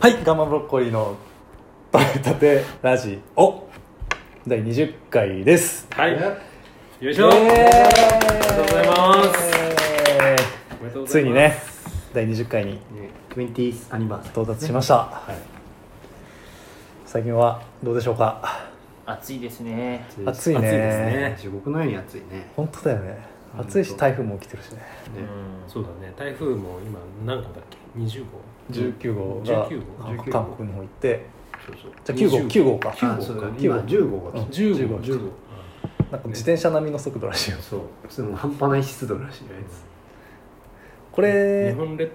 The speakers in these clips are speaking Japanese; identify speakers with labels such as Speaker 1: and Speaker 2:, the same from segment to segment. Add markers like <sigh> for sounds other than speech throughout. Speaker 1: はい、ガンマブロッコリーの取れたてラジオ第20回です。
Speaker 2: はい。
Speaker 3: ね
Speaker 2: よいしょ。
Speaker 1: イエーイ
Speaker 2: りがとうございますおめでとうご
Speaker 1: つ
Speaker 2: ざ
Speaker 1: い
Speaker 2: います
Speaker 1: にね、第20回に
Speaker 3: 20th アニバーサリー
Speaker 1: 到達しました。
Speaker 3: い
Speaker 1: 最近はどうでしょうか。
Speaker 4: 暑いですね
Speaker 1: 暑いね
Speaker 2: 暑いですね。
Speaker 3: 地獄のように暑いね
Speaker 1: 本当だよね。
Speaker 3: 本当
Speaker 1: 暑いし台風も起きてるしね。
Speaker 3: ね
Speaker 2: そうだね。台風も今何個だっけ？二十号。
Speaker 1: 19号が
Speaker 2: 19号
Speaker 1: あ韓国の方行って、
Speaker 3: そうそう
Speaker 1: じゃあ9号
Speaker 2: 20
Speaker 1: 9号か。
Speaker 3: あそうだね今10号が来た
Speaker 2: 十
Speaker 1: 15
Speaker 2: 号。十号。
Speaker 1: なんか自転車並みの速度らしいよ。
Speaker 3: そうその半端ない湿度らしいよあ
Speaker 1: こ
Speaker 2: 日
Speaker 1: れ、
Speaker 2: 本列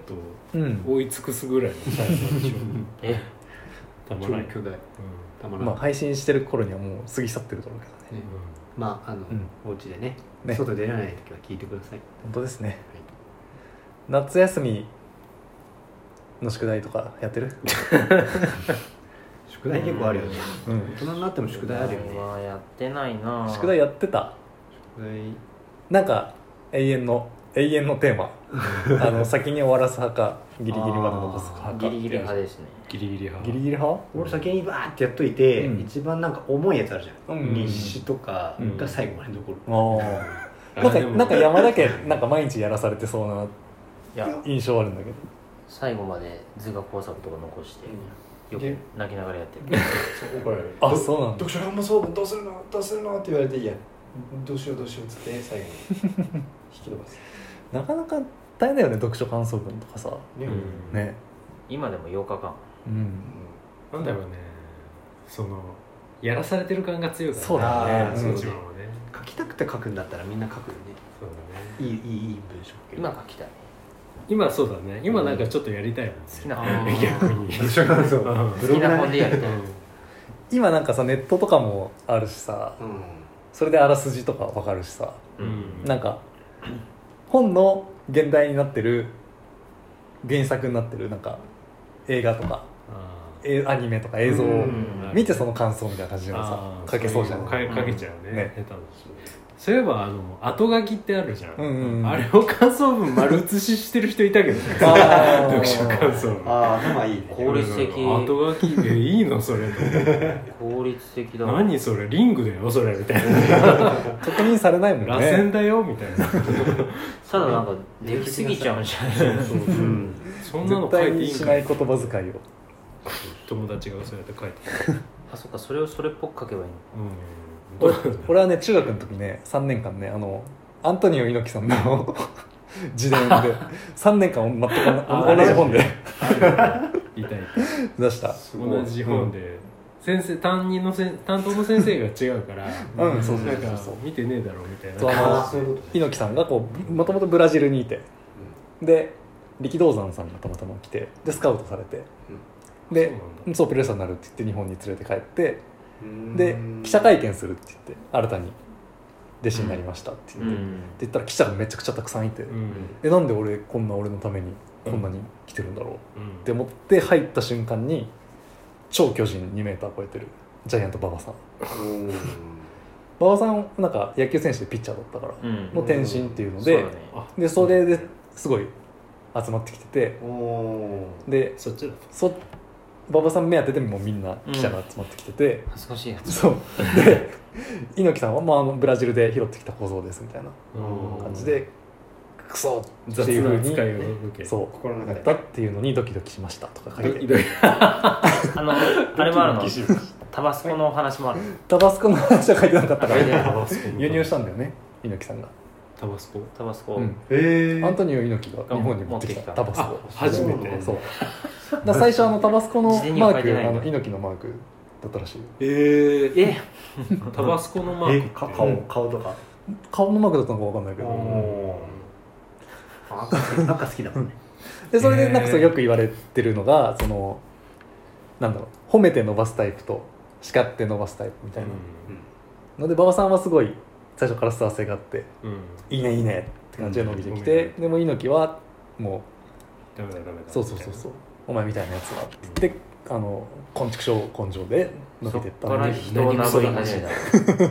Speaker 1: う
Speaker 2: 島
Speaker 1: ん、
Speaker 2: を覆い尽くすぐらいの台風でしょ。
Speaker 4: え
Speaker 2: た
Speaker 3: いつ
Speaker 2: ま
Speaker 3: 超
Speaker 2: らない。
Speaker 3: 巨大たまら
Speaker 1: ま
Speaker 3: な
Speaker 1: あ
Speaker 3: い
Speaker 1: 配信してる頃にはもう過ぎ去ってると思うけどね。
Speaker 3: ねまああの
Speaker 1: うん
Speaker 3: お家でね
Speaker 1: ね
Speaker 3: 外出られない時は聞いてください
Speaker 1: 本当ですね。夏休みの宿題とかやってる？
Speaker 3: 宿題結構あるよね
Speaker 1: うん
Speaker 3: 大。人になっても宿題あるよね
Speaker 4: まあやってないな
Speaker 1: 宿題やってた。
Speaker 3: 宿題
Speaker 1: なんか永遠の永遠のテーマ。あの先に終わらす派かギリギリまで残す派か。
Speaker 4: ギリギリ派ですね
Speaker 2: ギリギリ派。
Speaker 1: ギリギリ派？
Speaker 3: 俺先にバーってやっといて
Speaker 1: うん
Speaker 3: 一番なんか重いやつあるじゃ
Speaker 1: うん
Speaker 3: ん日誌とかが最後まで残る
Speaker 1: ああ。
Speaker 2: あ
Speaker 1: なんか
Speaker 2: でも
Speaker 1: なんか山だけなんか毎日やらされてそうない
Speaker 4: や
Speaker 1: 印象あるんだけど。
Speaker 4: 最後まで図画工作とか残してよ
Speaker 3: で
Speaker 4: く泣きながらやってる
Speaker 3: そう怒られる
Speaker 1: あそうなんだ
Speaker 3: 読書感想文どうするのどうするのって言われていやどうしようどうしようっつって最後に引き伸ばす
Speaker 1: なかなか大変だよね読書感想文とかさ。
Speaker 3: ね
Speaker 2: うん。
Speaker 1: ね。
Speaker 4: 今でも8日間
Speaker 1: うん。
Speaker 2: なんだろうね。そのやらされてる感が強いから。
Speaker 1: そうだね
Speaker 3: あー
Speaker 2: そ
Speaker 3: そうう
Speaker 2: ちもね。
Speaker 3: 書きたくて書くんだったらみんな書くよね
Speaker 2: そうだね。
Speaker 3: いいいいいい文章
Speaker 4: 今書きたい
Speaker 2: 今そうだね。今なんかちょっとやりたいもんね。
Speaker 4: 好きな
Speaker 2: うん
Speaker 4: 本
Speaker 2: <laughs> 逆に。
Speaker 3: 文章感想
Speaker 2: うん
Speaker 3: ブ
Speaker 4: 好
Speaker 3: ロ
Speaker 4: き
Speaker 3: グだ
Speaker 4: な
Speaker 3: ね
Speaker 4: 本でやりたい
Speaker 1: 今なんかさネットとかもあるしさ。
Speaker 3: う
Speaker 1: それであらすじとかわかるしさ
Speaker 2: うんうん。
Speaker 1: なんか本の現代になってる原作になってるなんか映画とか
Speaker 2: あー
Speaker 1: えアニメとか映像を
Speaker 3: うん
Speaker 1: 見てその感想みたいな感じのさ
Speaker 2: あー
Speaker 1: 書けそうじゃん
Speaker 2: かかけちゃうね,、
Speaker 1: うんね
Speaker 2: 下手なそういえばあの後書きってあるじゃん、
Speaker 1: うんうんうん
Speaker 2: あれを感想文丸写ししてる人いたけどね
Speaker 1: <laughs> あー
Speaker 2: 読書感想文
Speaker 3: んああ頭いいね
Speaker 4: 効率的
Speaker 2: 後書きえいいのそれと思
Speaker 1: <laughs>
Speaker 2: って
Speaker 4: 効率的だわ
Speaker 2: 何それリングだよそれみたいな
Speaker 1: 確認されないもん
Speaker 2: 螺旋
Speaker 1: ね
Speaker 2: だよみたいな
Speaker 4: ただなんかできすぎちゃうんじゃない
Speaker 3: うん
Speaker 2: そんな
Speaker 1: 絶
Speaker 2: の書
Speaker 1: 対
Speaker 2: いて
Speaker 1: に
Speaker 2: いいん
Speaker 1: し
Speaker 2: か
Speaker 1: ないい言葉遣いを
Speaker 2: 友達がそうやって書いてた
Speaker 4: あそっかそれをそれっぽく書けばいいの
Speaker 2: うん
Speaker 1: 俺俺はね中学の時ね3年間ねあのアントニオ猪木さんの <laughs> 自伝で3年間全く同じ本で <laughs>
Speaker 2: いたい
Speaker 1: 出した
Speaker 2: た同じ本で、先生担任のせん担当の先生が違うから、
Speaker 1: <laughs> うんそうそう
Speaker 2: なん
Speaker 1: そう
Speaker 2: か
Speaker 1: そう
Speaker 2: 見てねえだろみたいな
Speaker 1: そうあの
Speaker 3: そういうことね
Speaker 1: 猪木さんがこうもともとブラジルにいてで力道山さんがたまたま来てでスカウトされてでそうプロレスラーになるって言って日本に連れて帰って
Speaker 3: うん
Speaker 1: で記者会見するって言って新たに弟子になりましたって言って、って
Speaker 4: ん
Speaker 1: 言ったら記者がめちゃくちゃたくさんいて、
Speaker 2: うん
Speaker 1: えなんで俺こんな俺のためにこんなに来てるんだろう
Speaker 2: うん
Speaker 1: って思って入った瞬間に超巨人2メーター超えてるジャイアント馬場さん
Speaker 3: うん
Speaker 1: 馬場さんなんか野球選手でピッチャーだったから、
Speaker 4: うん
Speaker 1: の転身っていうので、
Speaker 4: そうだね
Speaker 2: あ
Speaker 1: でそれですごい集まってきてて
Speaker 3: おー
Speaker 1: で
Speaker 2: そっちだと
Speaker 1: そ馬場さん目当てでもうみんな記者が集まってきてて、
Speaker 4: 恥ずかしいや
Speaker 1: <laughs>
Speaker 4: つ
Speaker 1: そうで猪木さんは、まあ、あのブラジルで拾ってきた小僧ですみたいな
Speaker 3: うん
Speaker 1: 感じでクソって
Speaker 2: 雑
Speaker 1: いう
Speaker 2: な
Speaker 1: ふ
Speaker 2: 扱いうを受け
Speaker 1: にそう
Speaker 3: 心の中
Speaker 1: だっ
Speaker 3: で
Speaker 1: たっていうのにドキドキしましたとか書い
Speaker 2: ドキ
Speaker 1: て
Speaker 2: ドキ
Speaker 4: あのあれもあ
Speaker 2: <laughs>
Speaker 4: るの
Speaker 2: ドキドキします
Speaker 4: タバスコのお話もある
Speaker 1: タバスコの話は書いてなかったか
Speaker 4: 書いて
Speaker 1: ら
Speaker 4: ない
Speaker 1: 輸入したんだよね猪木さんが、
Speaker 2: タバスコ
Speaker 4: タバスコ、
Speaker 1: うん
Speaker 3: え
Speaker 1: アントニオ猪木が日本に持ってき
Speaker 4: 持
Speaker 1: た
Speaker 4: ってきた
Speaker 1: タバスコ
Speaker 2: あ初めて
Speaker 1: そうだから最初あのタバスコの
Speaker 4: 事前に
Speaker 1: マ
Speaker 4: は書
Speaker 1: ー
Speaker 4: いて
Speaker 1: ク
Speaker 4: ない
Speaker 1: あの猪木のマークだったらしいよ
Speaker 2: ええ
Speaker 4: え
Speaker 2: <laughs> タバスコのマーク
Speaker 3: え
Speaker 2: って
Speaker 3: か顔顔とか
Speaker 1: 顔のマークだったのかわかんないけど
Speaker 3: お
Speaker 4: あ
Speaker 3: なんか好きだもんね
Speaker 1: でそれでなんかそう
Speaker 2: へー
Speaker 1: よく言われてるのがそのなんだろう褒めて伸ばすタイプと叱って伸ばすタイプみたいなので馬場さんはすごい最初からスター性があって
Speaker 2: うんうん
Speaker 1: 「いいねいいね」って感じで伸びてき
Speaker 2: う
Speaker 1: て
Speaker 2: ん
Speaker 1: でも猪木はも
Speaker 2: ダメだダメ
Speaker 1: う
Speaker 2: だ
Speaker 1: そうそうそうそううお前みたいなやつはであの根畜症根性で伸びてった
Speaker 4: そっ
Speaker 1: ん
Speaker 4: か
Speaker 1: で
Speaker 4: ら人を殴り始めた
Speaker 1: っ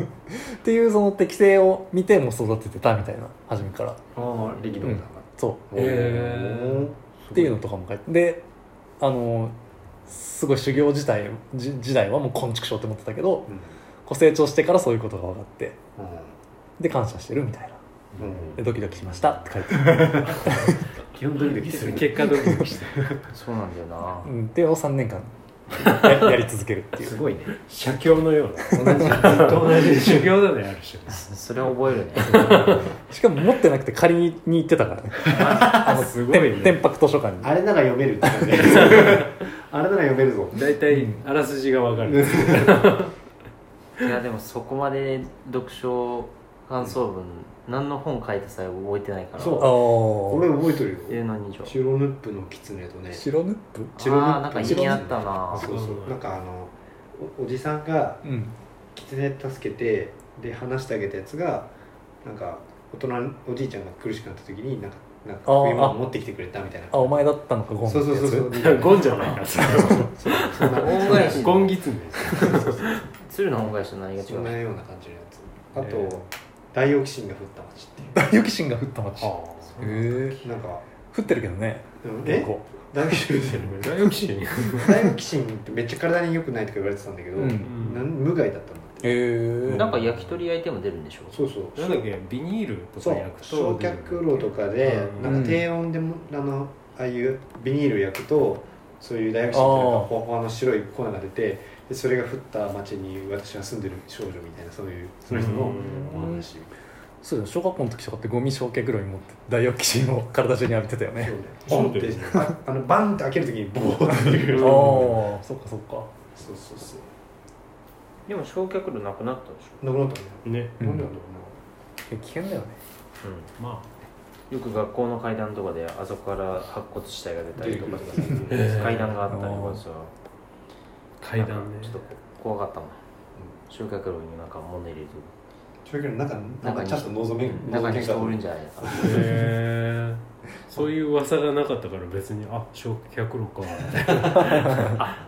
Speaker 1: ていうその適性を見ても育ててたみたいな初めから
Speaker 3: ああ力道山が
Speaker 1: そう
Speaker 2: へー
Speaker 3: おー
Speaker 1: っていうのとかも書いてであのすごい修行自体じ時代はもう昆虫症って思ってたけどこう成長してからそういうことが分かってで感謝してるみたいなでドキドキしましたって書いて
Speaker 5: <laughs>
Speaker 1: ある、
Speaker 4: 基本ドキドキする
Speaker 2: 結果ドキドキして
Speaker 4: そうなんだよな
Speaker 1: うん、でを3年間やや <laughs> り続けるっていう
Speaker 4: すごいね
Speaker 2: 写経のよう
Speaker 3: 同じずっと同じ
Speaker 2: な修行だねある種
Speaker 4: それを覚えるね
Speaker 1: しかも持ってなくて借りに行ってたから
Speaker 5: <laughs>
Speaker 1: ね
Speaker 2: あのすごい
Speaker 1: 天天
Speaker 2: ね
Speaker 1: 白図書館に
Speaker 5: あれなら読めるって感じあれなら読めるぞ
Speaker 2: 大体あらすじがわかる
Speaker 4: いやでもそこまで読書感想文何の本書いた際覚えてないから
Speaker 5: そう俺
Speaker 1: あ
Speaker 5: 覚えてるよ
Speaker 4: え何じゃ
Speaker 5: 白ヌップの狐とね
Speaker 1: あ白ヌップ
Speaker 5: 白ヌップ
Speaker 4: あーなんか気になったな
Speaker 5: そうそうなんかあのおおじさんが
Speaker 1: うん
Speaker 5: 狐助けてで話してあげたやつがなんか大人おじいちゃんが苦しくなった時になんかなんか
Speaker 1: あー
Speaker 5: 冬物持ってきてくれたみたいな
Speaker 1: あお前だったのかゴンって
Speaker 5: そう
Speaker 1: やつ
Speaker 5: そうそう
Speaker 1: <laughs>
Speaker 5: そう
Speaker 2: ゴンじゃないかそれは
Speaker 5: そんな
Speaker 4: 恩返し
Speaker 2: ゴンギツネ
Speaker 4: 鶴の恩返しと何が違
Speaker 5: そん
Speaker 4: う
Speaker 5: なような感じのやつあと、
Speaker 2: えー
Speaker 5: 大オキシンが降った街って
Speaker 1: 大
Speaker 5: い
Speaker 1: オキシンが降った街
Speaker 2: <laughs>
Speaker 1: へ
Speaker 2: あ
Speaker 1: え
Speaker 5: うなんか
Speaker 1: 降ってるけどね
Speaker 5: うん
Speaker 1: 結
Speaker 5: え
Speaker 1: 構
Speaker 5: 大オキシン
Speaker 1: <laughs>
Speaker 2: あ大オキシン
Speaker 5: 大オキシンってめっちゃ体に良くないとか言われてたんだけど、
Speaker 1: うん
Speaker 5: なん無害だったんだって
Speaker 1: へえ
Speaker 4: なんか焼き鳥焼いても出るんでしょ
Speaker 5: そうそう
Speaker 2: なんだっけビニールと
Speaker 5: そ
Speaker 2: か
Speaker 5: う
Speaker 2: 焼くと
Speaker 5: 焼却炉とかで、
Speaker 2: うん
Speaker 5: なんか低温でもあのああいうビニール焼くとそういう大オキシンという
Speaker 1: あ
Speaker 5: か
Speaker 1: ー
Speaker 5: ほわほわの白い粉が出てでそれが降った町に私は住んでる少女みたいなそういうその人のお話み
Speaker 1: そうだよ小学校の時とかってゴミ焼却炉に持って大オキシンを体中に浴びてたよ
Speaker 5: たい
Speaker 1: ね
Speaker 5: な
Speaker 2: そ
Speaker 5: そうう
Speaker 2: ね
Speaker 5: ねであ <laughs> あのバンって開けるときにボーって出てく
Speaker 1: あ
Speaker 5: る
Speaker 1: あーそっかそっか
Speaker 5: そうそうそう
Speaker 4: でも焼却炉なくなったでし
Speaker 5: なくなったね
Speaker 2: ね
Speaker 1: うん
Speaker 5: なんでなんだろ
Speaker 1: え危険だよね
Speaker 4: ょ、
Speaker 2: ま
Speaker 4: よく学校の階段とかであそこから白骨死体が出たりとか
Speaker 5: 出てくる
Speaker 2: へー
Speaker 4: 階段があったりとかさ
Speaker 2: あ階段ね
Speaker 4: ちょっと怖かったもん焼却炉になんか物入れる
Speaker 5: うな正直なんかなんかちゃんと望め
Speaker 4: 中
Speaker 5: 望
Speaker 4: に
Speaker 5: め
Speaker 4: 人おるん
Speaker 5: が
Speaker 4: じゃないか
Speaker 2: へえそういう噂がなかったから別にあ焼却炉か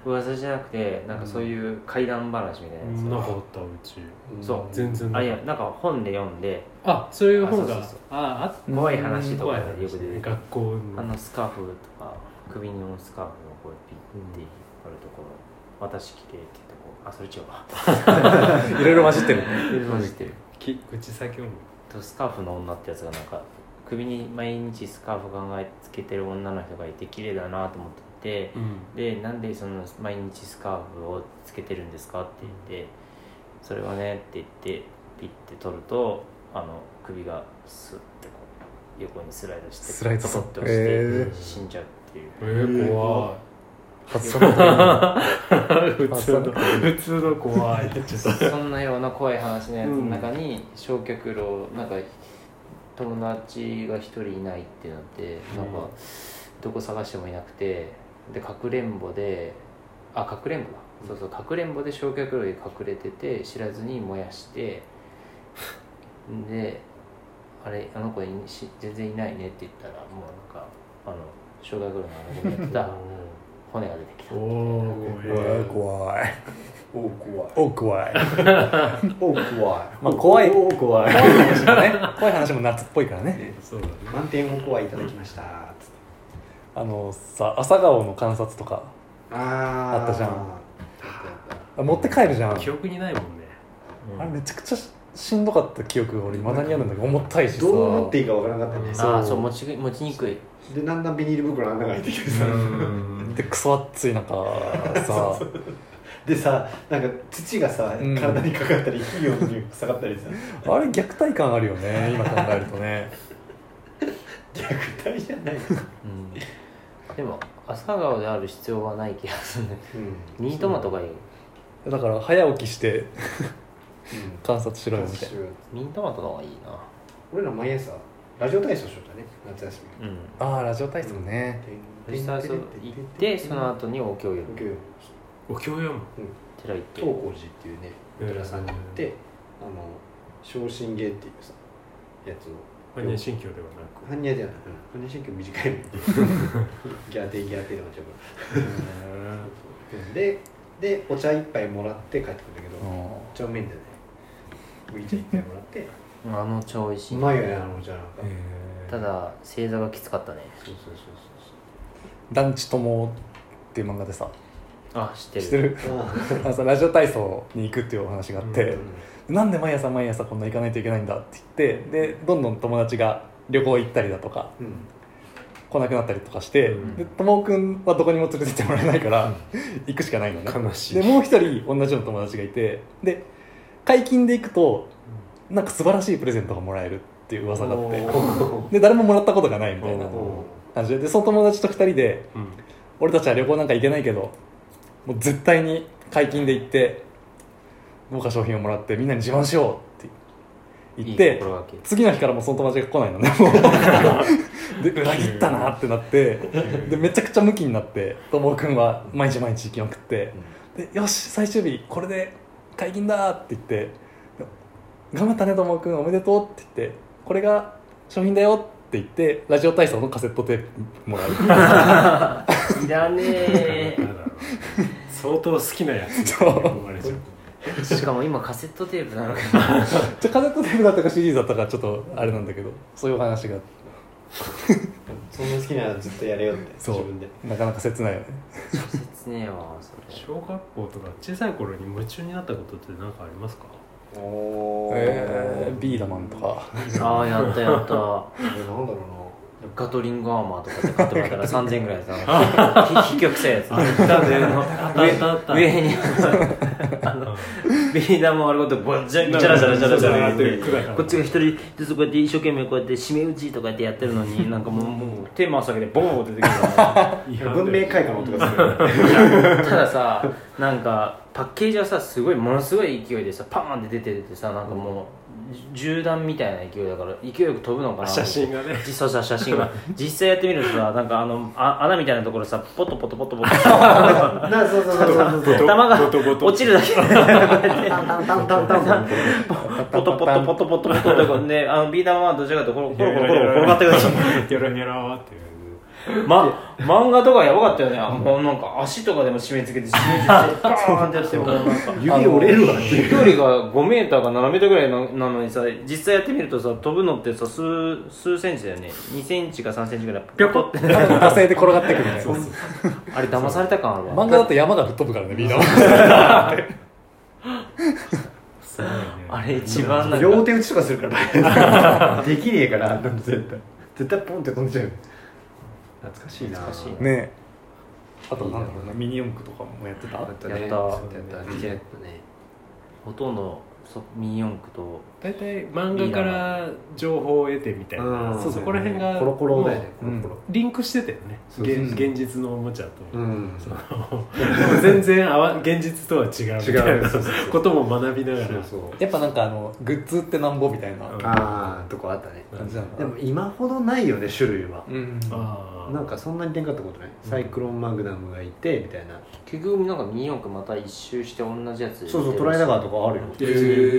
Speaker 4: 噂じゃなくてなんかそういう怪談話みたいなやつ
Speaker 2: なかったうち
Speaker 4: そう
Speaker 2: 全然
Speaker 4: あいやなんか本で読んで
Speaker 2: あそういう本
Speaker 4: あ
Speaker 2: が
Speaker 4: そうそうそう
Speaker 2: ああ
Speaker 4: 怖い話と
Speaker 2: 怖
Speaker 4: か
Speaker 2: い
Speaker 4: よく出
Speaker 2: 話
Speaker 4: てくる
Speaker 2: 学校
Speaker 4: あ
Speaker 2: の
Speaker 4: のスカーフとか首のスカーフをこうピッて引っ張るところ「私着て」ってとこあそれ違うわ
Speaker 1: いろいろ混じ
Speaker 4: <laughs>
Speaker 1: ってる
Speaker 4: 混じってる
Speaker 2: き口先を
Speaker 4: とスカーフの女ってやつがなんか首に毎日スカーフ考えつけてる女の人がいて綺麗だなと思ってて
Speaker 2: うん
Speaker 4: でなんでその毎日スカーフをつけてるんですかって言って「それはね」って言ってピッて取るとあの首がスッてこう横にスライドして
Speaker 1: スライド
Speaker 4: ポソッて落ちて、
Speaker 1: え
Speaker 4: 死んじゃうっていう
Speaker 2: えー、怖い
Speaker 1: ー、発想の通りだ
Speaker 2: 普通の普通の怖いちょっ
Speaker 4: そんなような怖い話のやつの中に焼却炉なんか友達が一人いないってなってなん
Speaker 2: うん
Speaker 4: かどこ探してもいなくてでかくれんぼであかくれんぼだそうそうかくれんぼで焼却炉に隠れてて知らずに燃やしてであれあの子いし全然いないねって言ったらもうなんかあの焼却炉のあの子がやってた骨が出てき
Speaker 2: <laughs>
Speaker 4: た
Speaker 2: とおー
Speaker 1: <laughs> うわ
Speaker 2: 怖い
Speaker 1: ー怖い
Speaker 5: おう怖い
Speaker 1: お怖い
Speaker 5: おう怖い
Speaker 1: まあ怖い
Speaker 5: おう
Speaker 1: 怖
Speaker 5: 怖い
Speaker 1: い話もね怖い話も夏っぽいからね
Speaker 2: そうだね
Speaker 5: 満点を怖いいただきましたつって
Speaker 1: あのさ朝顔の観察とか
Speaker 5: あー
Speaker 1: あったじゃん
Speaker 5: あっ
Speaker 1: 持って帰るじゃん
Speaker 2: 記憶にないもんね
Speaker 1: あれめちゃくちゃしんどかった記憶が俺いまだにあるんだけど重たい
Speaker 5: た
Speaker 1: しさ
Speaker 5: どう思っていいかわからなかったね
Speaker 4: ああそう持ち持ちにくい
Speaker 5: でだんだんビニール袋の穴が開いてきてさ
Speaker 1: でクソ暑い中さ
Speaker 5: でさなんか土がさ
Speaker 1: うん
Speaker 5: 体にかかったり肥料に下がったりさ
Speaker 1: あれ虐待感あるよね今考えるとね
Speaker 5: 虐待じゃない
Speaker 4: うんでも朝顔である必要はない気がするね
Speaker 5: うん
Speaker 4: ミニトマトがいい
Speaker 1: だから早起きして
Speaker 5: うん
Speaker 1: 観察しろよみたい
Speaker 5: 私は
Speaker 4: ミニトマトの方がいい
Speaker 5: 俺ら毎朝ラジオ体操しよったね夏休み
Speaker 4: なうん
Speaker 1: なああラジオ体操ね
Speaker 4: そしたらそう行ってその後にお経を読む
Speaker 5: 今日
Speaker 2: お経読む
Speaker 4: 寺行って
Speaker 5: 東光寺っていうねお寺さんに行ってあの昇進芸っていうさやつを
Speaker 2: 般若心経ではなく
Speaker 5: 般若ではなく般若心経短いもんギャーテーギャーテーで終わっちゃうからででお茶一杯もらって帰ってくるんだけど、お
Speaker 1: う
Speaker 5: 茶うめえんだよね麦茶一杯もらって
Speaker 4: あの茶美味し
Speaker 5: う
Speaker 4: い
Speaker 5: まいよねあのお茶なんか、
Speaker 1: んえ
Speaker 4: ただ正座がきつかったね
Speaker 5: そうそうそうそう
Speaker 1: ー団地ともっていう漫画でさ
Speaker 4: あ知ってる
Speaker 1: 知ってる <laughs> あのさラジオ体操に行くっていうお話があって、なんで毎朝毎朝こんな行かないといけないんだって言ってでどんどん友達が旅行行ったりだとか
Speaker 5: うん
Speaker 1: 来なくなったりとかして
Speaker 2: うん
Speaker 1: で友くんはどこにも連れてってもらえないから、行くしかないのね
Speaker 2: 悲しい
Speaker 1: でもう一人同じような友達がいてで解禁で行くとなんか素晴らしいプレゼントがもらえるっていう噂があってで誰ももらったことがないみたいな
Speaker 2: おー
Speaker 1: 感じででその友達と二人で
Speaker 2: うん
Speaker 1: 俺たちは旅行なんか行けないけどもう絶対に解禁で行って豪華商品をもらってみんなに自慢しようって言って
Speaker 4: いい心がけ
Speaker 1: 次の日からもうその友達が来ない
Speaker 4: <laughs>
Speaker 1: のねもうで裏切ったなってなってでめちゃくちゃムキになって友くんは毎日毎日行きまくってでよし最終日これで解禁だって言って頑張ったね友くんおめでとうって言ってこれが商品だよって言ってラジオ体操のカセットテープもらう
Speaker 4: いらねえ
Speaker 2: なんだろう相当好きなやつに
Speaker 1: そう
Speaker 2: 囲まれちゃう
Speaker 4: しかも今カセットテープなのか <laughs>
Speaker 1: じゃあカセットテープだったかシリーズだったかちょっとあれなんだけどそういうお話が
Speaker 5: そんな好きならずっとやれよって
Speaker 1: そう
Speaker 5: 自分で
Speaker 1: なかなか切ないよね
Speaker 4: 切ねえわそれ
Speaker 2: 小学校とか小さい頃に夢中になったことって何かありますか
Speaker 5: おー
Speaker 1: えー、ビーダマンとか <laughs>
Speaker 4: ああやったやった
Speaker 5: えなんだろ
Speaker 4: ガトリングアーマーとかって買ってもらったら3000円ぐらいさひ飛脚したやつ上の上上にあのビー玉をあることぼっちゃチャラチャラチャラチャラってこっちが一人ずつこうやって一生懸命こうやって締め打ちとかやってやってるのになんかもうもう手回すだけでボンボン出てくるから
Speaker 5: うな文明開化の音がするよね
Speaker 4: たださなんかパッケージはさすごいものすごい勢いでさパーンって出ててさなんかもうじ銃弾みたいな勢いだから勢いよく飛ぶのかな
Speaker 2: 写真がね
Speaker 4: 実そうそう写真が実際やってみるとさなんかあのあ穴みたいなところさポトポトポトポト弾
Speaker 5: なそうそうそうそうそう
Speaker 4: が
Speaker 2: ボトボト
Speaker 4: 落ちるだけ
Speaker 5: タンタンタンタンタンタンって
Speaker 4: ポトポトポトポトポトとかねあのビー玉はどちらかというとコロコロコロコロ転がってくるし
Speaker 2: ニョロニョロっていう
Speaker 4: ま、漫画とかやばかったよね、あもうなんか足とかでも締め付けて締め付けてバーンってやってもうなんか
Speaker 5: 指折れるわ
Speaker 4: 飛距離が5メーターか7メーターぐらいのなのにさ実際やってみるとさ飛ぶのってさ数数センチだよね2センチか3センチぐらいピョコって
Speaker 1: 多分火星で転がってくるみたいな
Speaker 4: あれ騙された感あるわ
Speaker 1: 漫画だと山が吹っ飛ぶからねビーダマン
Speaker 2: すごいね
Speaker 4: あれ一番なん
Speaker 5: 両
Speaker 4: か
Speaker 5: 手打ちとかするからできねえからあんなの絶対絶対ポンって飛んじゃう懐かしいな
Speaker 4: 懐かしい
Speaker 1: ねあとなんだろうなミニ四駆とかもやってた
Speaker 5: った
Speaker 4: や
Speaker 5: ね
Speaker 4: った
Speaker 5: やったねやったね
Speaker 4: ほとんどそミニ四駆と
Speaker 2: 大体漫画から情報を得てみたいな
Speaker 5: うん
Speaker 2: そうそこら辺が
Speaker 5: コロコロだよねコ
Speaker 1: う
Speaker 5: ロ
Speaker 1: ん
Speaker 5: コロ
Speaker 2: リンクしてたよね
Speaker 5: そうそう
Speaker 2: 現現実のおもちゃと
Speaker 5: うん
Speaker 2: そのでも全然あわ現実とは違うみたい
Speaker 5: 違
Speaker 2: <laughs>
Speaker 5: う
Speaker 2: な
Speaker 5: そうそうそう
Speaker 2: ことも学びなが
Speaker 5: そう
Speaker 2: ら
Speaker 5: そう
Speaker 1: やっぱなんかあのグッズってなんぼみたいな
Speaker 2: うん
Speaker 5: ああとこあったね
Speaker 1: 感じなんだ
Speaker 5: でも今ほどないよね種類は
Speaker 1: うん
Speaker 2: ああ
Speaker 5: なんかそんなにでんかったことないサイクロンマグナムがいてみたいな
Speaker 4: 結局なんかミニ四駆また一周して同じやつ
Speaker 5: そうそうトライダガーとかあるよ
Speaker 2: へー
Speaker 5: うん
Speaker 4: 普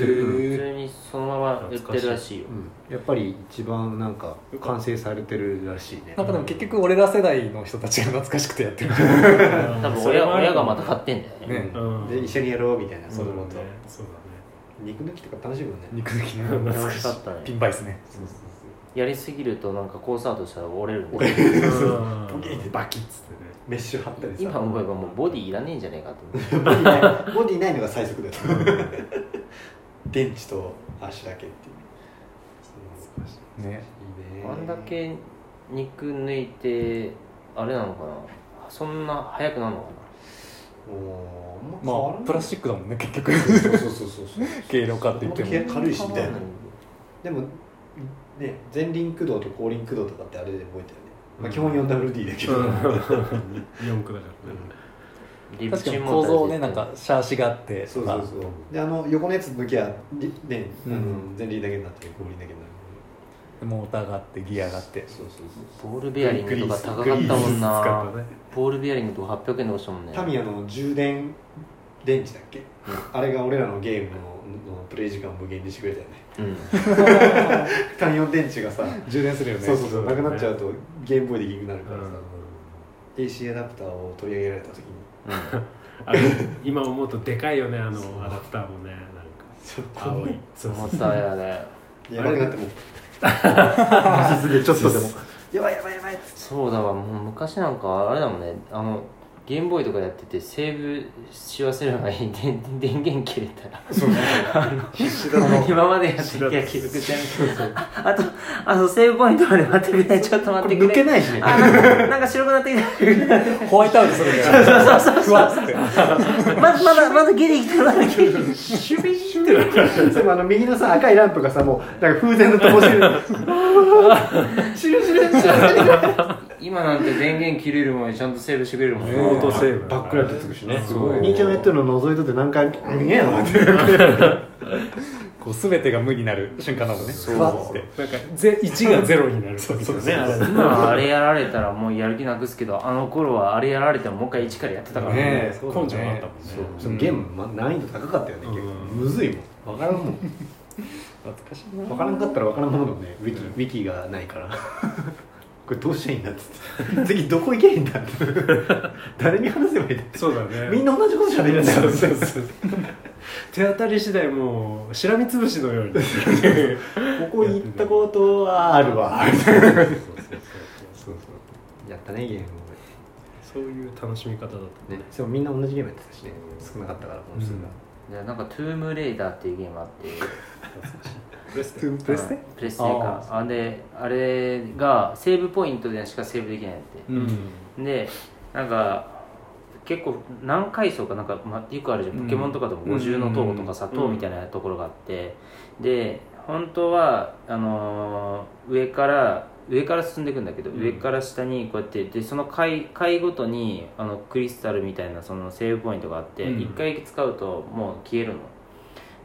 Speaker 4: 通にそのまま売ってるらしいよ
Speaker 5: うんやっぱり一番なんか完成されてるらしいね
Speaker 1: なんかでも結局俺ら世代の人たちが懐かしくてやってる
Speaker 2: 多
Speaker 4: 多分親親がまた買ってんだよね
Speaker 1: ね
Speaker 2: うん
Speaker 5: で一緒にやろうみたいな
Speaker 2: そう
Speaker 5: 子
Speaker 2: だね
Speaker 5: 供と
Speaker 2: そう
Speaker 5: 肉抜きとか楽しいもんね
Speaker 1: 肉抜き
Speaker 2: だね
Speaker 1: の
Speaker 4: 楽しかったね
Speaker 1: ピンバイスね
Speaker 5: そうそう
Speaker 4: やりすぎるとなんかコースアウトしたら折れるん
Speaker 5: 折
Speaker 4: で
Speaker 2: うん
Speaker 5: ポキッて
Speaker 2: バキッつってね
Speaker 5: <laughs> メッシュ貼ったりさ
Speaker 4: 今思えばもうボディいらねえんじゃねえかと思って
Speaker 5: ボディないボディないのが最速だよ電池と足だけっていうそう
Speaker 1: ね
Speaker 5: いいね
Speaker 4: あんだけ肉抜いてあれなのかなそんな速くなるのか
Speaker 5: もう
Speaker 1: まあプラスチ
Speaker 5: チ
Speaker 1: ックだもんね結局
Speaker 5: ックそうそうそうそうそう
Speaker 1: 軽量化って言って
Speaker 5: いや
Speaker 1: も
Speaker 4: な
Speaker 5: 軽いしみたいな
Speaker 4: うん
Speaker 5: でもね前輪駆動と後輪駆動とかってあれで覚えたよね、まあ、基本 4WD だけど、
Speaker 2: 四駆だか
Speaker 4: リブ
Speaker 1: 確か
Speaker 4: チ
Speaker 1: に
Speaker 4: ンモ
Speaker 1: 構
Speaker 4: ーター
Speaker 1: 造ねなんかシャーシがあって
Speaker 5: そうそうそうであの横のやつ抜きゃりねあの
Speaker 1: うん
Speaker 5: 前輪だけになって後輪だけになる
Speaker 1: モーターがあってギアがあって
Speaker 5: そうそうそう
Speaker 4: ボールベアリングとか高かったもん
Speaker 2: 使っ
Speaker 4: な
Speaker 2: たね
Speaker 4: ボールベアリングとか800円で押したもんね
Speaker 5: タミヤの充電電池だっけ、あれが俺らのゲームののプレイ時間を無限にしてくれたよね <laughs>
Speaker 4: うん
Speaker 5: 単四電池がさ
Speaker 1: 充電するよね
Speaker 5: そうそうそう
Speaker 2: そ
Speaker 5: な
Speaker 2: うだね
Speaker 5: くなっちゃうとゲームボーイできなくなる
Speaker 2: ら
Speaker 5: か
Speaker 2: う
Speaker 5: らさ、
Speaker 2: ん
Speaker 5: AC アダプターを取り上げられた時に
Speaker 2: あれ今思うとでかいよねあのアダプターもねなんか青いそう
Speaker 4: モ
Speaker 2: そ
Speaker 4: ー
Speaker 2: う
Speaker 4: ターやね
Speaker 5: やばくなっても足すげえちょっとでもやばいやばいやばい
Speaker 4: そうだわもう昔なんかあれだもんねあのゲームボーイとかやっててセーブし忘れる前に <laughs> 電電源切れたら
Speaker 5: そう必死
Speaker 4: <laughs>
Speaker 5: だな
Speaker 4: 今までやってきた気づくじゃんあとあのセーブポイントまで待ってくれちょっと待ってくれ
Speaker 5: 抜けないしね
Speaker 4: あなんかなんか白くなってきた
Speaker 1: ホワイトアウトするみたいな
Speaker 4: そうそう
Speaker 1: ふわっつって
Speaker 4: まだまだまだギリギリまだギリ
Speaker 5: シュビシュ <laughs> ビあの右のさ赤いランプがさもうなんか風船の灯してるシュルシュルシュル
Speaker 4: 今なんて電源切れる前にちゃんとセーブしてくれるもん
Speaker 2: オートセーブ
Speaker 5: <laughs> バックライトつくしね
Speaker 2: すごい
Speaker 5: 兄ちゃんがやってるの覗いとって何回見えん <laughs> のって
Speaker 1: こう全てが無になる瞬間なのね
Speaker 5: <laughs>
Speaker 4: そう
Speaker 1: ふわっつって
Speaker 2: なんかぜ1がゼロになる時ですよねあれ
Speaker 4: 今はあれやられたらもうやる気なくすけどあの頃はあれやられてももう一回一からやってたからね
Speaker 1: ね
Speaker 2: 根性があったもんね
Speaker 5: そのゲームま難易度高かったよね結構
Speaker 2: うん
Speaker 5: むずいもん分からんもん
Speaker 1: 懐かしいな
Speaker 5: 分からんかったら分からんものでもねウィキウィキがないから <laughs> これどうしたらいいんだっつって <laughs> 次どこ行けばいいんだって誰に話せばいいんだって
Speaker 2: そうだね
Speaker 5: みんな同じこと喋るんだよ
Speaker 2: そうそうそう手当たり次第もうしらみつぶしのように
Speaker 5: ここ行ったことはあるわそうそうやったねゲーム
Speaker 2: そういう楽しみ方だった
Speaker 5: ねそうみんな同じゲームやってたしね少なかったから本数 <laughs> が、
Speaker 4: でなんかトゥームレイダーっていうゲームあって
Speaker 2: プレステ
Speaker 1: プレステ
Speaker 4: うんプレステかあであれがセーブポイントでしかセーブできないんだって、
Speaker 2: うん
Speaker 4: でなんか結構何階層かなんか、まあ、よくあるじゃん
Speaker 2: うん
Speaker 4: ポケモンとかでも50の塔とかさ、
Speaker 2: うん
Speaker 4: 塔みたいなところがあってで本当はあのー上から上から進んでいくんだけど、
Speaker 2: うん
Speaker 4: 上から下にこうやってでその階階ごとにあのクリスタルみたいなそのセーブポイントがあって、
Speaker 2: うん
Speaker 4: 一回使うともう消えるの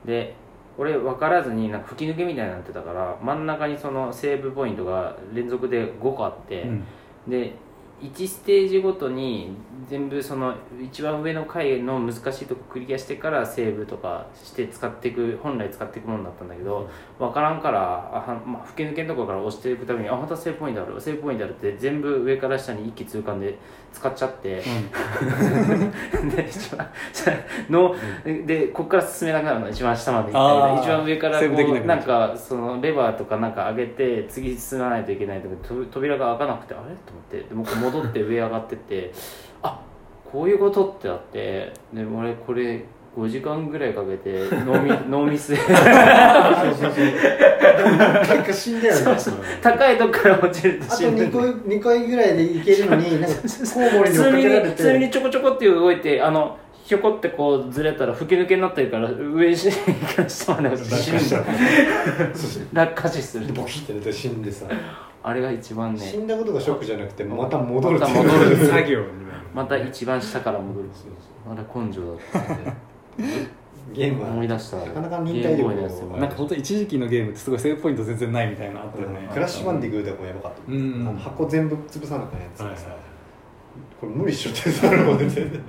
Speaker 4: で俺分からずになんか吹き抜けみたいになってたから真ん中にそのセーブポイントが連続で5個あって、
Speaker 2: うん
Speaker 4: で1ステージごとに全部その一番上の階の難しいとこクリアしてからセーブとかして使っていく本来使っていくものだったんだけど分からんからあは、まあ、吹き抜けのところから押していくためにあまたセーブポイントあるセーブポイントあるって全部上から下に一気通貫で使っちゃって、で一番の、でここから進めなくなるの一番下まで行
Speaker 1: あ
Speaker 4: っ
Speaker 1: ー
Speaker 4: て一番上から
Speaker 1: セーブでき
Speaker 4: こ
Speaker 1: な
Speaker 4: う
Speaker 1: く
Speaker 4: な
Speaker 1: なんっちゃう
Speaker 4: かそのレバーとかなんか上げて次進まないといけないとかと扉が開かなくてあれと思ってでもう一回戻って上上がってって <laughs> あこういうことってあってで俺これ5時間ぐらいかけてノー
Speaker 1: <laughs>
Speaker 4: ミノーミスで
Speaker 5: 結果死んだよね
Speaker 4: 高いとこから落
Speaker 5: <laughs>
Speaker 4: ちると
Speaker 5: あと
Speaker 4: 死んで
Speaker 5: 2回二回ぐらいで行けるの <laughs> になんかコウモ
Speaker 4: 普
Speaker 5: リに追っ
Speaker 4: 通
Speaker 5: か
Speaker 4: に
Speaker 5: けられ
Speaker 4: 普通
Speaker 5: て
Speaker 4: にちょこちょこって動いてあのひょこってこうずれたら吹き抜けになってるから上し下まで落ちて死ぬ落下死する
Speaker 5: ボキってなって死んでさ
Speaker 4: あれが一番
Speaker 5: 死
Speaker 4: ね
Speaker 5: んだことがショックじゃなくてまた戻るって
Speaker 4: また
Speaker 5: いう
Speaker 4: 戻る
Speaker 2: 作業になる
Speaker 4: また一番下から戻るあれ根性だったね
Speaker 5: <laughs> ゲームは
Speaker 4: 思い出した
Speaker 5: なかなか忍耐
Speaker 4: ゲームボ
Speaker 5: 力
Speaker 4: ーイのやつよ
Speaker 5: も
Speaker 1: なんか本当一時期のゲームってすごいセーブポイント全然ないみたいなのあったよね
Speaker 5: クラッシュバンディグーでもやばかった、
Speaker 1: うん
Speaker 5: あの箱全部潰さなきゃいけないやつがさ、
Speaker 2: はいはい
Speaker 5: これ無理 <laughs> っしょってなるもんね全然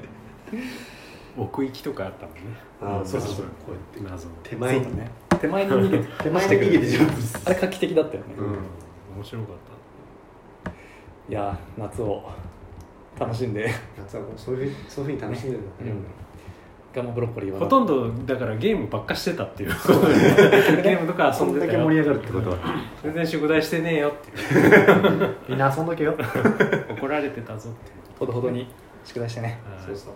Speaker 2: 奥行きとかあったもんね
Speaker 5: あーそうそうそう
Speaker 2: こうやって謎の
Speaker 5: 手
Speaker 1: そうだ
Speaker 5: 前に、
Speaker 1: ね手前に逃げて
Speaker 5: 手前に逃げてジャンプ
Speaker 1: あれ画期的だったよね、
Speaker 5: うん
Speaker 2: 面白かっ
Speaker 1: いやー夏を楽しんで
Speaker 5: 夏はこうそういうそういうふうに楽しんでるんだね、
Speaker 1: ガンマブロッコリー
Speaker 2: た
Speaker 1: は
Speaker 2: ほとんどだからゲームばっかしてたって
Speaker 5: <laughs>
Speaker 2: いうゲームとか遊
Speaker 5: そ
Speaker 2: ん
Speaker 5: ん
Speaker 2: で
Speaker 5: だ
Speaker 2: た
Speaker 5: け盛り
Speaker 2: よ
Speaker 5: 上がるってことは
Speaker 2: 全然宿題してねえよって
Speaker 5: みんな遊んどけよ
Speaker 2: 怒られてたぞっていう
Speaker 1: ほどほどに宿題してね
Speaker 2: はい
Speaker 5: そうそう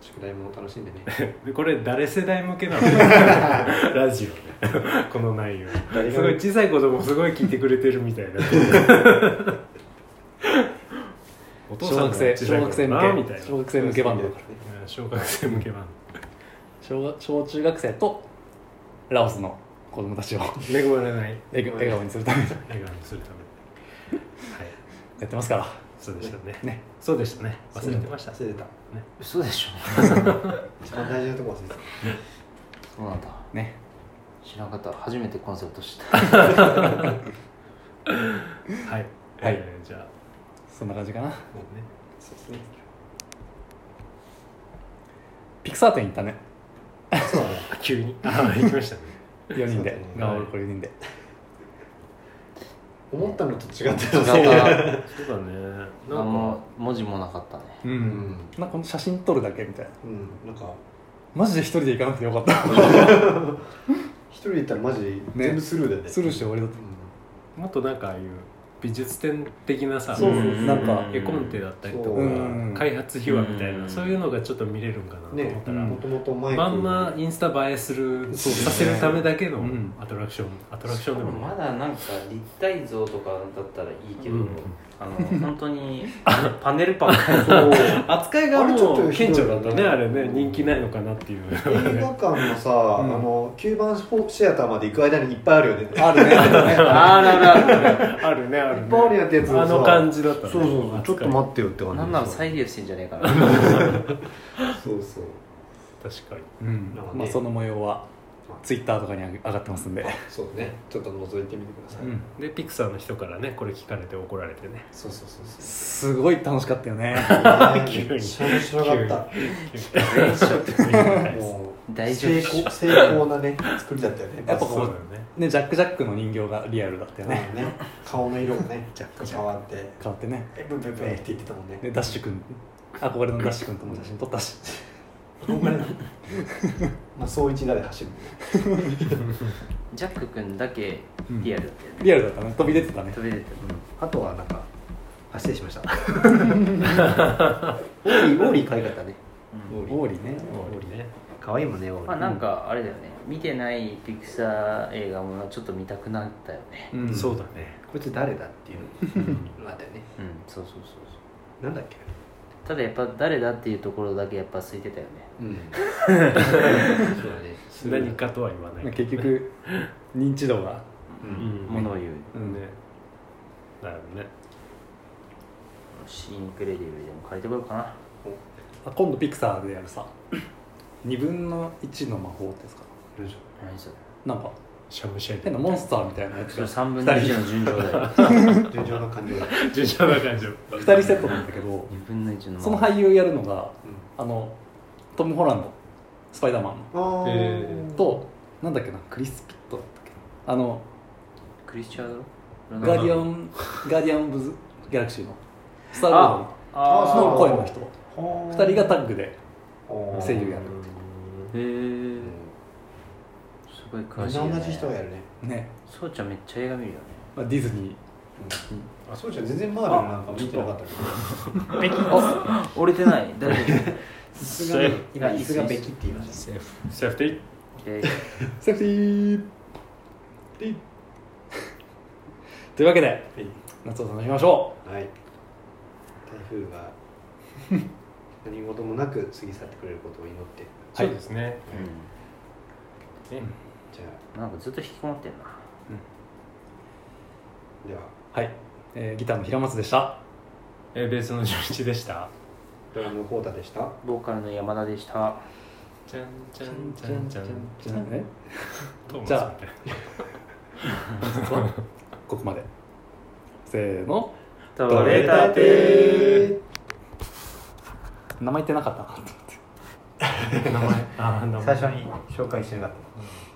Speaker 5: 宿題も楽しん <laughs> でね
Speaker 2: でこれ誰世代向け
Speaker 5: <laughs>
Speaker 2: なのラジオね <laughs> この内容
Speaker 5: 誰が
Speaker 2: すごい小さい子供すごい聞いてくれてるみたいなお父さ
Speaker 1: 小
Speaker 2: ん
Speaker 1: 学
Speaker 2: が
Speaker 1: 生
Speaker 2: 小さい
Speaker 1: 小
Speaker 2: 頃
Speaker 1: 学生
Speaker 2: だな
Speaker 1: 向
Speaker 2: みたい
Speaker 1: け
Speaker 2: な
Speaker 1: 小学生向けバンドだから
Speaker 2: うん小学生向け版
Speaker 1: 小学小中学生とラオスの子供たちを
Speaker 2: 恵まれない
Speaker 1: 笑顔笑顔にするために
Speaker 2: 笑顔にするためにはい
Speaker 1: やってますから
Speaker 2: そう
Speaker 1: <laughs>
Speaker 2: でしたね
Speaker 1: ね
Speaker 2: そうでしたね忘れてました
Speaker 5: 忘れてた
Speaker 4: 嘘でしょ
Speaker 5: <laughs> 一番大事なとこ忘れてた
Speaker 4: そうなんだ
Speaker 1: ね
Speaker 4: 知らなかった初めてコンセプト知った
Speaker 2: はい、えーじゃ
Speaker 1: そんな感じかな
Speaker 2: あもうね
Speaker 5: そうですね
Speaker 1: ピクサー展行ったね
Speaker 5: そうだね
Speaker 2: あ急にあ行きましたね
Speaker 1: 4人で
Speaker 5: そうだね
Speaker 1: ガンマブロッコリー4人で
Speaker 5: 思ったのと違
Speaker 4: 違
Speaker 5: ったよ
Speaker 4: っ
Speaker 5: ね
Speaker 4: たな
Speaker 2: そうだねな
Speaker 4: あ
Speaker 2: んか
Speaker 4: の文字もなかったね
Speaker 1: う
Speaker 5: うんん
Speaker 1: なんかこの写真撮るだけみたいな
Speaker 5: うんなんか
Speaker 1: マジで一人で行かなくてよかった
Speaker 5: 一人で行ったらマジ全部スルーだよね
Speaker 1: スルーして終わりだっ
Speaker 5: うん
Speaker 2: もっとなんかああいう美術展的なさ
Speaker 1: そう
Speaker 4: そうそう
Speaker 1: なんか
Speaker 2: 絵コンテだったりとか、
Speaker 1: うん
Speaker 2: 開発秘話みたいな、
Speaker 4: うん
Speaker 2: そういうのがちょっと見れるんかなと思ったら、
Speaker 1: ね
Speaker 5: もともとマイク
Speaker 2: まんまインスタ映えする
Speaker 5: そうですね
Speaker 2: させるためだけの
Speaker 1: うん
Speaker 2: アトラクション、アトラクションでも
Speaker 4: まだなんか立体像とかだったらいいけど、
Speaker 2: うん
Speaker 4: あの本当にパネルパン
Speaker 2: 扱いが
Speaker 5: あれちょ
Speaker 2: も
Speaker 5: っと
Speaker 2: う
Speaker 5: ひ
Speaker 2: 顕
Speaker 5: ど
Speaker 2: 著
Speaker 5: い
Speaker 2: だったねあれね人気ないのかなっていう
Speaker 5: 映画館のさ、
Speaker 1: うん
Speaker 5: あの9番シアターまで行く間にいっぱいあるよねいっぱい
Speaker 1: あるね
Speaker 4: あるある
Speaker 2: あるねあるね
Speaker 5: あるやんってやつ
Speaker 2: あの感じだった
Speaker 5: そう
Speaker 2: ね
Speaker 5: そうそうちょっ
Speaker 2: 扱
Speaker 5: と
Speaker 2: い
Speaker 5: 待ってよって感じ
Speaker 4: なんなら再現してんじゃねえかな
Speaker 5: そうそう
Speaker 2: 確かに
Speaker 1: うん
Speaker 5: なんかね
Speaker 1: まあその模様はツイッターとかに上がってますんで
Speaker 5: そうねちょっと覗いてみてください、
Speaker 1: うん
Speaker 2: でピクサーの人からねこれ聞かれて怒られてね
Speaker 5: そうそうそうそう
Speaker 1: すごい楽しかったよね
Speaker 5: め
Speaker 2: 急に
Speaker 5: っちゃ面白かっ
Speaker 4: 全勝って
Speaker 5: たもう
Speaker 4: 大丈夫
Speaker 5: 成 <laughs> 功成功なね作りだったよね
Speaker 1: やっぱこ
Speaker 2: そうだよね
Speaker 1: ねジャック・ジャックの人形がリアルだったよね
Speaker 5: ねね顔の色がね
Speaker 1: ジャックジャッ
Speaker 5: 変
Speaker 1: ク
Speaker 5: わって
Speaker 1: 変わってね
Speaker 5: ブンブンブンって言ってたもんね
Speaker 1: でダッシュ君憧れのダッシュ君とも写真撮ったし
Speaker 5: 憧 <laughs> れなのまあ総一打で走る
Speaker 4: ジャック君だけリアルだったよね、
Speaker 1: リアルだったね飛び出てたね
Speaker 4: 飛び出て
Speaker 5: あとはなんかあ失礼しましたオ <laughs> ーリーオーリー可愛かったね
Speaker 4: うん
Speaker 5: オーリー
Speaker 1: オーリーね
Speaker 2: 通りね
Speaker 5: 可愛いもんねオーリー
Speaker 4: まあなんかあれだよね見てないピクサー映画もちょっと見たくなったよね
Speaker 1: うん
Speaker 2: <laughs> そうだね
Speaker 5: こいつ誰だっていうのあったよね
Speaker 4: うんそうそうそうそう
Speaker 5: なんだっけ
Speaker 4: ただやっぱ誰だっていうところだけやっぱ空いてたよね
Speaker 5: うん <laughs> そうだね
Speaker 2: 何かとは言わないけど
Speaker 1: 結局認知度が
Speaker 5: う
Speaker 2: うんん
Speaker 4: ものを言う
Speaker 1: うん
Speaker 2: ねだよね
Speaker 4: シーンクレディブルでも借りてこようかな
Speaker 1: あ今度ピクサーでやるさ2分の1の魔法ってですか
Speaker 4: 何それ
Speaker 1: なんか
Speaker 2: シャムシェイ
Speaker 1: 変なモンスターみたいなやつ
Speaker 4: それ
Speaker 1: が
Speaker 4: 3分の1の順序だよ
Speaker 5: 純情な感じが
Speaker 2: 順調な感じを
Speaker 1: 2人セットなんだけど
Speaker 4: 2分の1の
Speaker 1: その俳優やるのがあのトム・ホランドスパイダーマン
Speaker 5: あー
Speaker 2: えー
Speaker 1: となんだっけなクリス・ピットだったっけなあの
Speaker 4: クリスチャードロナ
Speaker 1: ガーディ
Speaker 4: ン
Speaker 1: アンガーディアン・ブズ・ギャラクシーのスター・ウォーズ
Speaker 4: ああ
Speaker 5: あ
Speaker 1: の
Speaker 5: そ
Speaker 1: の声の人
Speaker 5: ほー
Speaker 1: 2人がタッグで
Speaker 5: ほー
Speaker 1: 声優や
Speaker 4: へ
Speaker 1: る
Speaker 4: え
Speaker 5: うん
Speaker 4: すごい
Speaker 5: み
Speaker 4: 詳しいよ
Speaker 5: ん
Speaker 4: ね
Speaker 5: な同じ人がやるね
Speaker 1: ね、
Speaker 4: そうちゃんめっちゃ映画見るよね
Speaker 1: まあ、ディズニー
Speaker 5: あそうじゃん全然マーベルなんか見てなかったけど
Speaker 4: あ折れてない <laughs> 大丈夫
Speaker 5: 椅子がね今
Speaker 4: いい
Speaker 5: 椅
Speaker 4: っす
Speaker 5: 子がべきって言いました
Speaker 2: セーフセーフティー
Speaker 4: で
Speaker 1: セーフティー
Speaker 5: ピッ
Speaker 1: というわけで
Speaker 5: はい
Speaker 1: 夏を楽しみましょ
Speaker 5: はい台風
Speaker 1: <laughs>
Speaker 5: が何事もなく過ぎ去ってくれることを祈って
Speaker 1: はい
Speaker 2: そうですねね
Speaker 5: じゃ
Speaker 4: うんなんかずっと引きこもってんな
Speaker 5: あでは
Speaker 1: うはい、えーギターの平松でした
Speaker 2: えーベースの11でした
Speaker 5: ドラムコータでした
Speaker 4: ボーカルの山田でした
Speaker 2: じゃんじゃんじゃんじゃん
Speaker 1: じゃあね
Speaker 2: トーマス
Speaker 1: じゃあ
Speaker 2: みたいな
Speaker 1: 本日は <laughs> ここまでせーの
Speaker 4: ど
Speaker 1: れ
Speaker 4: た
Speaker 5: て
Speaker 1: 名前言ってなかったなと思って
Speaker 2: 名前あー名前
Speaker 5: 最初に紹介してなかった